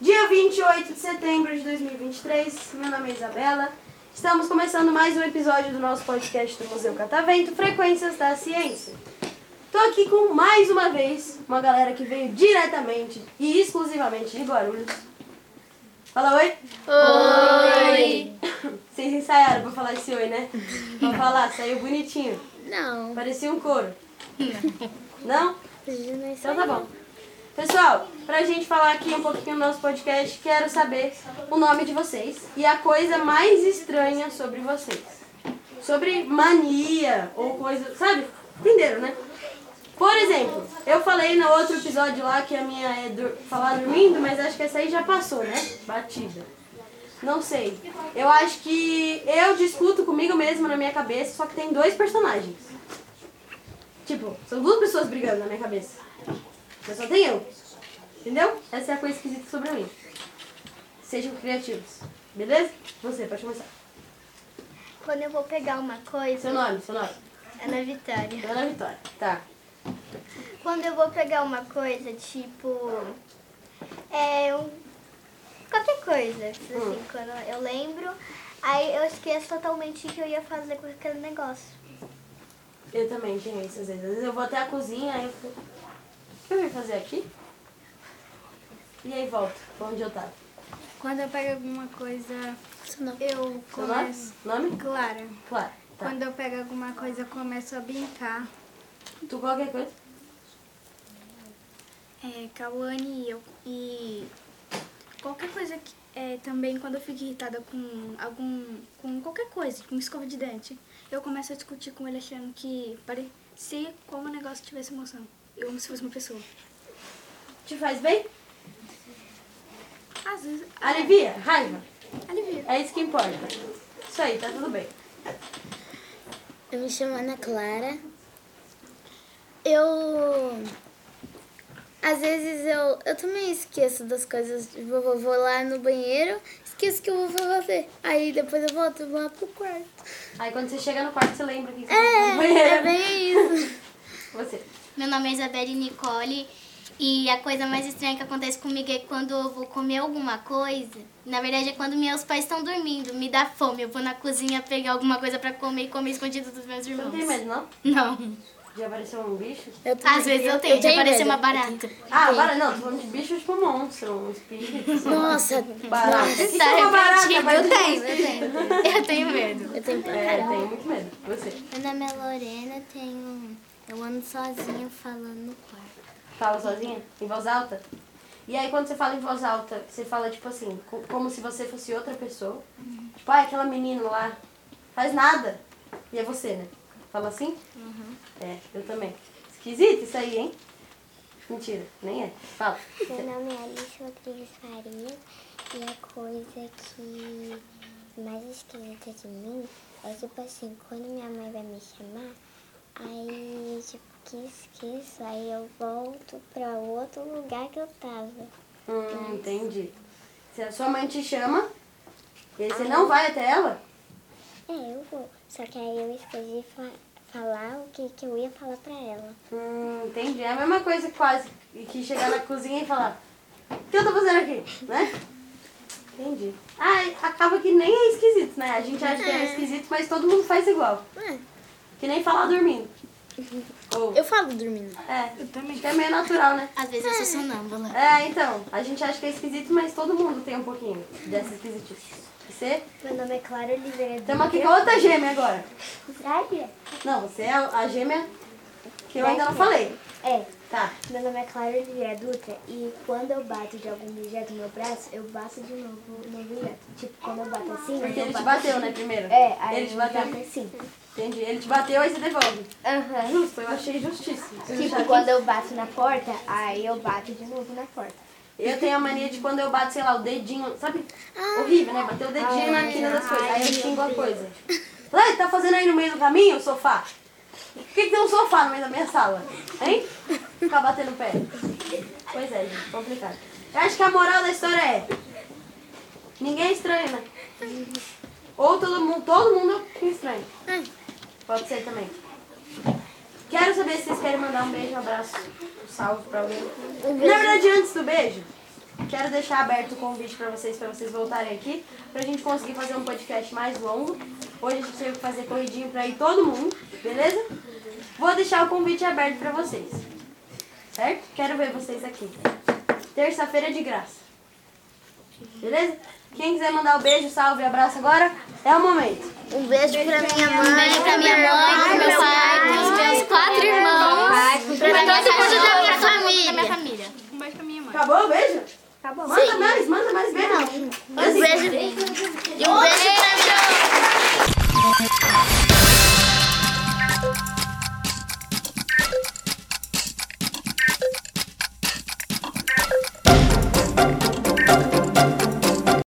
Dia 28 de setembro de 2023, meu nome é Isabela. Estamos começando mais um episódio do nosso podcast do Museu Catavento, Frequências da Ciência. Tô aqui com mais uma vez uma galera que veio diretamente e exclusivamente de Guarulhos. Fala oi. Oi! Vocês ensaiaram pra falar esse oi, né? Pra falar, saiu bonitinho. Não. Parecia um couro. Não? Então Então tá bom. Pessoal, pra gente falar aqui um pouquinho do nosso podcast, quero saber o nome de vocês e a coisa mais estranha sobre vocês. Sobre mania ou coisa. Sabe? Entenderam, né? Por exemplo, eu falei no outro episódio lá que a minha é dur- falar dormindo, mas acho que essa aí já passou, né? Batida. Não sei. Eu acho que eu discuto comigo mesma na minha cabeça, só que tem dois personagens. Tipo, são duas pessoas brigando na minha cabeça. Mas só tem eu. Entendeu? Essa é a coisa esquisita sobre mim. Sejam criativos. Beleza? Você, pode começar. Quando eu vou pegar uma coisa, Seu nome, seu nome. é na Vitória. Dona Vitória. Tá. Quando eu vou pegar uma coisa, tipo. É. Um, qualquer coisa. Assim, Hum. quando eu lembro, aí eu esqueço totalmente o que eu ia fazer com aquele negócio. Eu também tenho isso às vezes. Às vezes eu vou até a cozinha aí eu fico. O que eu vim fazer aqui? E aí volto, pra onde eu tava. Quando eu pego alguma coisa, eu Seu nome? começo. Nome? Clara, Claro. Tá. quando eu pego alguma coisa, eu começo a brincar. Tu qualquer coisa? É, Cauane e eu. E qualquer coisa que. É, também quando eu fico irritada com algum. com qualquer coisa, com escova de dente, eu começo a discutir com ele achando que parecia como o negócio tivesse emoção. Eu como se fosse uma pessoa. Te faz bem? Às vezes. Alivia? Raiva? Alivia. É isso que importa. Isso aí, tá tudo bem. Eu me chamo Ana Clara. Eu. Às vezes eu, eu também esqueço das coisas. Tipo, eu vou lá no banheiro, esqueço que eu vou fazer. Aí depois eu volto e vou lá pro quarto. Aí quando você chega no quarto, você lembra o que você fez no É, é banheiro. bem isso. Você. Meu nome é Isabelle Nicole e a coisa mais estranha que acontece comigo é quando eu vou comer alguma coisa. Na verdade é quando meus pais estão dormindo, me dá fome, eu vou na cozinha pegar alguma coisa pra comer e comer escondido dos meus Você não irmãos. tem medo, não? Não. Já apareceu um bicho? Eu também- Às vezes eu tenho, já apareceu medo. uma barata. Ah, barata. Não, tô falando de bicho tipo monstro, um espírito. sei lá. Nossa, Barata. nossa, Isso Tá é uma barata, um arrependido. mas eu tenho. Eu tenho medo. eu tenho É, eu tenho muito medo. Você. Meu nome é Lorena, tenho. Eu ando sozinha falando no quarto. Fala sozinha? Em voz alta? E aí quando você fala em voz alta, você fala tipo assim, co- como se você fosse outra pessoa. Uhum. Tipo, ah, aquela menina lá faz nada. E é você, né? Fala assim? Uhum. É, eu também. Esquisito isso aí, hein? Mentira, nem é. Fala. né? Meu nome é Alice Rodrigues Faria e a coisa que mais esquisita de mim é tipo assim, quando minha mãe vai me chamar, aí tipo que esqueço, aí eu volto pra outro lugar que eu tava. É Hum, entendi. Se a sua mãe te chama, e aí Ah, você não vai até ela, É, eu vou. Só que aí eu esqueci de fa- falar o que, que eu ia falar pra ela. Hum, entendi. É a mesma coisa quase que chegar na cozinha e falar, o que eu tô fazendo aqui? Né? Entendi. Ah, e acaba que nem é esquisito, né? A gente acha que é esquisito, mas todo mundo faz igual. É. Que nem falar dormindo. Ou, Eu falo dormindo. é, acho que é meio natural, né? Às vezes eu sou sonâmbula. É, então, a gente acha que é esquisito, mas todo mundo tem um pouquinho dessa esquisitice. Você? Meu nome é Clara Oliveira Estamos aqui com outra gêmea agora. Braga. Não, você é a gêmea que eu ainda não falei. É, Tá. Meu nome é Clara Oliveira Dutra e quando eu bato de algum objeto no meu braço, eu bato de novo no objeto. Tipo, quando eu bato assim, Porque eu ele te bato... bateu, né, primeiro? É, aí Ele te eu bateu. bato assim. Entendi. Ele te bateu, aí você devolve. Aham. Justo, eu achei justíssimo. Tipo, quando eu bato na porta, aí eu bato de novo na porta. Eu tenho a mania de quando eu bato, sei lá, o dedinho, sabe? Horrível, né? Bater o dedinho na quina das coisas. Aí eu xingo a coisa. Lá, tá fazendo aí no meio do caminho, sofá? Por que, que tem um sofá no meio da minha sala? Hein? Ficar batendo o pé. Pois é, gente, complicado. Eu acho que a moral da história é. Ninguém é estranho, né? Ou todo mundo, todo mundo me estranha. Ai. Pode ser também. Quero saber se vocês querem mandar um beijo, um abraço, um salve pra alguém. Na verdade, antes do beijo, quero deixar aberto o convite pra vocês, pra vocês voltarem aqui, pra gente conseguir fazer um podcast mais longo. Hoje a gente teve que fazer corridinho pra ir todo mundo, beleza? Vou deixar o convite aberto pra vocês. Certo? Quero ver vocês aqui. Terça-feira de graça. Beleza? Quem quiser mandar o beijo, salve, abraço agora, é o momento. Um beijo pra minha Um mãe. beijo pra minha mãe, pro meu pai, pros meus quatro irmãos, pra todo mundo da minha família. Um beijo pra minha mãe. Acabou o beijo? Acabou. Manda mais, manda mais beijo. Não. Assim, Um